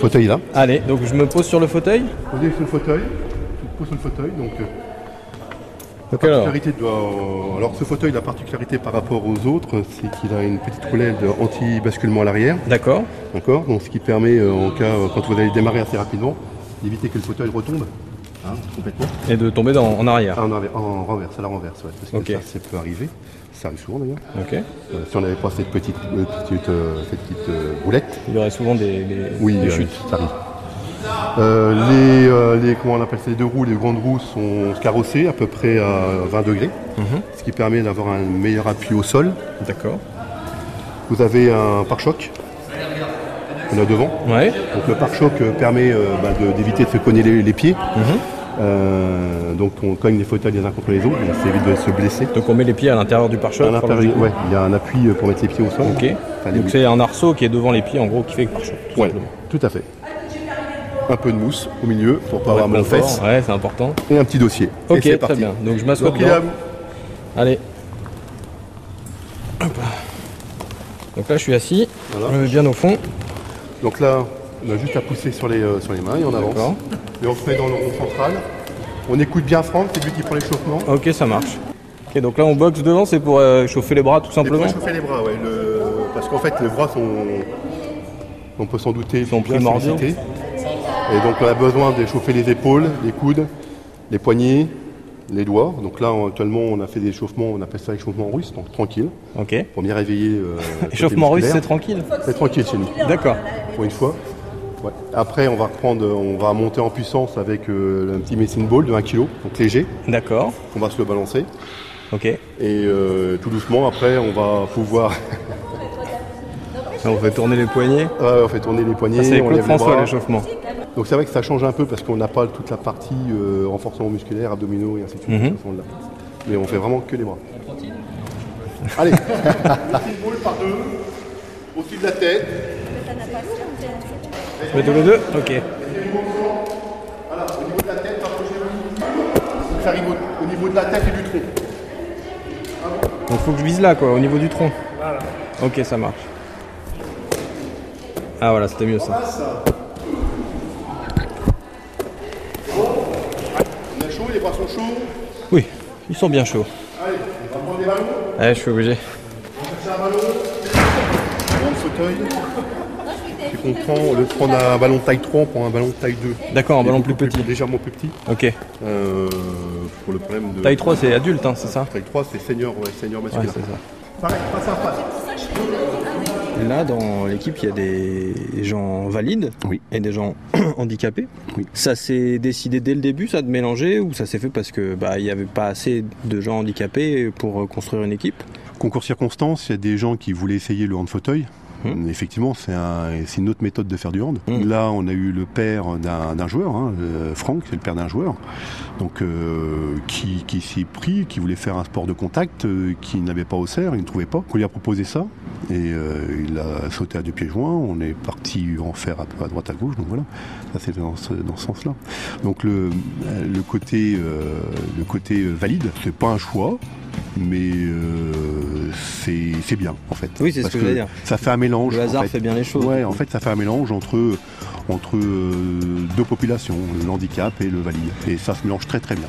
fauteuil là. Allez, donc je me pose sur le fauteuil. Vous allez sur le fauteuil, je vous pose sur le fauteuil, donc euh, Donc la alors, particularité de- euh, alors ce fauteuil, la particularité par rapport aux autres, c'est qu'il a une petite roulette anti-basculement à l'arrière, d'accord. d'accord Donc ce qui permet euh, en cas euh, quand vous allez démarrer assez rapidement, d'éviter que le fauteuil retombe hein, complètement. Et de tomber dans, en arrière. Ah, en, renver- en renverse, à la renverse, ouais, parce que Ok. ça, ça peut arriver. Ça arrive souvent d'ailleurs. Ok. Euh, si on n'avait pas cette petite, euh, petite, euh, cette petite euh, roulette, Il y aurait souvent des, des- Oui, des euh, chutes. ça arrive. Euh, les, euh, les- comment on appelle ça, les deux roues, les grandes roues sont carrossées à peu près à 20 degrés, ce qui permet d'avoir un meilleur appui au sol. D'accord. Vous avez un pare-choc, on a devant. Ouais. Donc le pare-choc euh, permet euh, bah, de- d'éviter de, se cogner les, les pieds. Euh, donc on cogne les fauteuils les uns contre les autres, donc ça évite de se blesser. Donc on met les pieds à l'intérieur du pare-choc. À l'intérieur, ouais, il y a un appui euh, pour mettre les pieds au sol. Ok. Enfin, les- Donc c'est un arceau qui est devant les pieds en gros qui fait le pare-choc. tout ouais, simplement. tout à fait. Un peu de mousse au milieu pour pas avoir mal aux Confort, fesses. Ouais, c'est important. et un petit dossier. Ok, et c'est très parti. bien. Donc je m'assois Donc, il est à dedans. vous. Allez. Hop. Donc là je suis assis. Voilà. Je vais bien au fond. Donc là, on a juste à pousser sur les, euh, sur les mains et on D'accord. avance. Et on se met dans le rond central. On écoute bien Franck, c'est lui qui prend l'échauffement. Ok, ça marche. Ok, donc là on boxe devant, c'est pour euh, chauffer les bras tout Et pour simplement. échauffer les bras, ouais, le- parce qu'en fait, les bras sont. On peut s'en douter, sont bien primordiaux. sollicités. Et donc, on a besoin d'échauffer les épaules, les coudes, les poignets, les doigts. Donc là, on- actuellement, on a fait des échauffements, on appelle ça échauffement russe, donc tranquille, Ok. pour bien réveiller. euh, le côté Échauffement russe, c'est musculaire. tranquille. C'est tranquille chez nous. D'accord. pour une fois. Ouais. Après, on va reprendre, on va monter en puissance avec euh, un petit medicine ball de 1 kg, donc léger. D'accord. On va se le balancer. Ok. Et euh, tout doucement, après, on va pouvoir. Là, on fait tourner les poignets. Ouais, on fait tourner les poignets, Ça, c'est on Claude lève les François bras. l'échauffement. Donc c'est vrai que ça change un peu parce qu'on n'a pas toute la partie euh, renforcement musculaire, abdominaux et ainsi de suite. Mhm. On l'a. Mais on fait vraiment que les bras. Allez ball par deux, au-dessus de la tête. Je mets tous les deux. Ok. Voilà, au niveau de la tête, rapprochez-vous. Ça arrive au- au niveau de la tête et du tronc. Donc faut que je vise là quoi, au niveau du tronc. Ok, ça marche. Ah voilà, c'était mieux ça. On a chaud, les bras sont chauds. Oui, ils sont bien chauds. Allez, on va prendre des ballons. Ouais, je suis obligé. C'est un ballon. On le fauteuil. Tu comprends, le prendre un ballon taille 3, on prend un ballon taille 2. D'accord, un Il est ballon beaucoup plus petit. légèrement plus petit. Ok. euh, pour le problème de. Taille 3 c'est adulte, hein, c'est ça Taille 3, c'est senior, ouais, senior Ouais, masculin. c'est ça. Pareil, face à face. Là, dans l'équipe, il y a des gens valides Oui. et des gens handicapés. Oui. Ça s'est décidé dès le début, ça, de mélanger, ou ça s'est fait parce que bah, il n'y avait pas assez de gens handicapés pour euh, construire une équipe Concours circonstances, il y a des gens qui voulaient essayer le hand fauteuil. Mhm. Effectivement, c'est un- c'est une autre méthode de faire du hand. Mhm. Là, on a eu le père d'un d'un joueur, hein, euh, Franck, c'est le père d'un joueur, donc euh, qui, qui s'y est pris, qui voulait faire un sport de contact, euh, qui n'avait pas au cerf, il ne trouvait pas. On lui a proposé ça, et euh, il a sauté à deux pieds joints. On est parti en faire un peu à droite à gauche, donc voilà. Ça c'est dans ce, dans ce sens-là. Donc le, le côté, euh, le côté valide, c'est pas un choix, mais euh, c'est c'est bien en fait. Oui, c'est ce Parce que j'allais dire. Ça fait un mélange. Le hasard en fait fait. bien les choses. Ouais, en fait, ça fait un mélange entre, entre euh, deux populations, le handicap et le valide. Et ça se mélange très très bien.